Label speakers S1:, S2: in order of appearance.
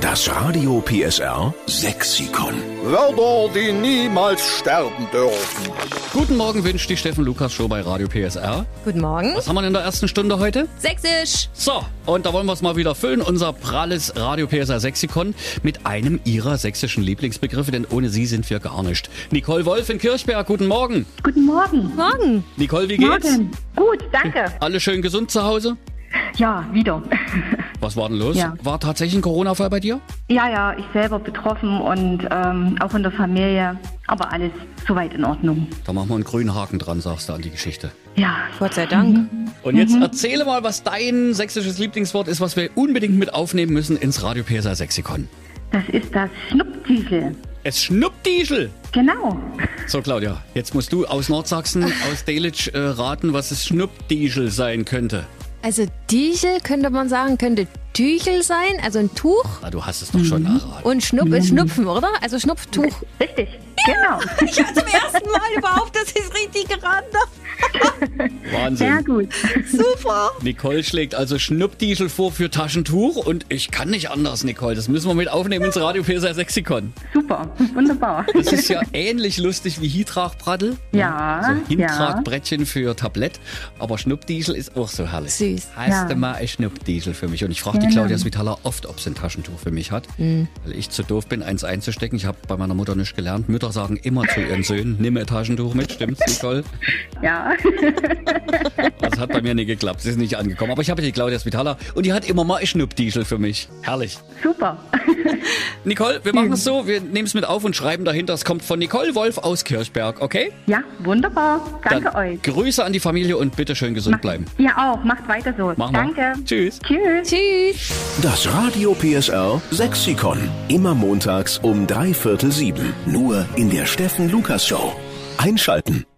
S1: Das Radio PSR Sexikon.
S2: Wörter, die niemals sterben dürfen.
S3: Guten Morgen wünscht die Steffen Lukas Show bei Radio PSR.
S4: Guten Morgen.
S3: Was haben wir in der ersten Stunde heute?
S4: Sächsisch.
S3: So, und da wollen wir es mal wieder füllen, unser pralles Radio PSR Sexikon mit einem ihrer sächsischen Lieblingsbegriffe, denn ohne sie sind wir gar nicht. Nicole Wolf in Kirchberg, guten Morgen.
S5: Guten Morgen.
S4: Morgen.
S3: Nicole, wie geht's?
S5: Morgen. Gut, danke.
S3: Alle schön gesund zu Hause?
S5: Ja, wieder.
S3: Was war denn los?
S5: Ja.
S3: War tatsächlich ein Corona-Fall bei dir?
S5: ja, ja, ich selber betroffen und ähm, auch in der Familie, aber alles soweit in Ordnung.
S3: Da machen wir einen grünen Haken dran, sagst du an die Geschichte.
S5: Ja,
S4: Gott sei Dank.
S3: Und
S5: Mhm.
S3: jetzt erzähle mal, was dein sächsisches Lieblingswort ist, was wir unbedingt mit aufnehmen müssen ins Radio PSR Sexikon.
S5: das ist das Schnupftiesel.
S3: Es schnuppt Diesel.
S5: Genau.
S3: So, Claudia, jetzt musst du aus Nordsachsen,
S5: Ah.
S3: aus Delitzsch äh, raten, was es Schnuppdiesel sein könnte.
S4: Also Dichel könnte man sagen, könnte Tüchel sein, also ein Tuch.
S3: Na, Ah, du hast es doch
S5: Mhm.
S3: schon erraten.
S4: Und Schnupp ist Schnupfen, oder? Also Schnupftuch.
S5: Richtig. Genau.
S4: Ich hatte zum ersten Mal überhaupt, dass ich es richtig geraten habe.
S5: Sehr
S3: Wahnsinn.
S5: gut.
S4: Super.
S3: Nicole schlägt also Schnuppdiesel vor für Taschentuch und ich kann nicht anders, Nicole. Das müssen wir mit aufnehmen ins Radio PSR Sexikon.
S5: Super. Wunderbar.
S3: Das ist ja ähnlich lustig wie Hitrachbraddel.
S5: Ja,
S3: So
S5: ja.
S3: Hintragbrettchen für Tablett. Aber Schnuppdiesel ist auch so herrlich.
S4: Süß.
S3: Hast
S5: Ja.
S3: du mal ein Schnuppdiesel für mich? Und ich frage die Claudia Svitala oft, ob sie ein Taschentuch für mich hat. Weil ich zu doof bin, eins einzustecken. Ich habe bei meiner Mutter nicht gelernt. Mütter sagen immer zu ihren Söhnen, nimm ein Taschentuch mit. Stimmt's, Nicole?
S5: Ja.
S3: Das hat bei mir nie geklappt. Sie ist nicht angekommen. Aber ich habe die Claudia Svitala und die hat immer mal ein Schnuppdiesel für mich. Herrlich.
S5: Super.
S3: Nicole, wir machen es so. Wir nehmen es mit auf und schreiben dahinter. Es kommt von Nicole Wolf aus Kirchberg, okay?
S5: Ja, wunderbar. Danke
S3: Dann
S5: euch.
S3: Grüße an die Familie und bitte schön gesund bleiben.
S5: Ihr auch. Macht weiter so.
S3: Machen wir.
S5: Danke.
S3: Tschüss.
S5: Tschüss.
S4: Tschüss.
S1: Das Radio PSR Sexikon. Immer montags um drei Viertel sieben. Nur in der Steffen Lukas Show. Einschalten.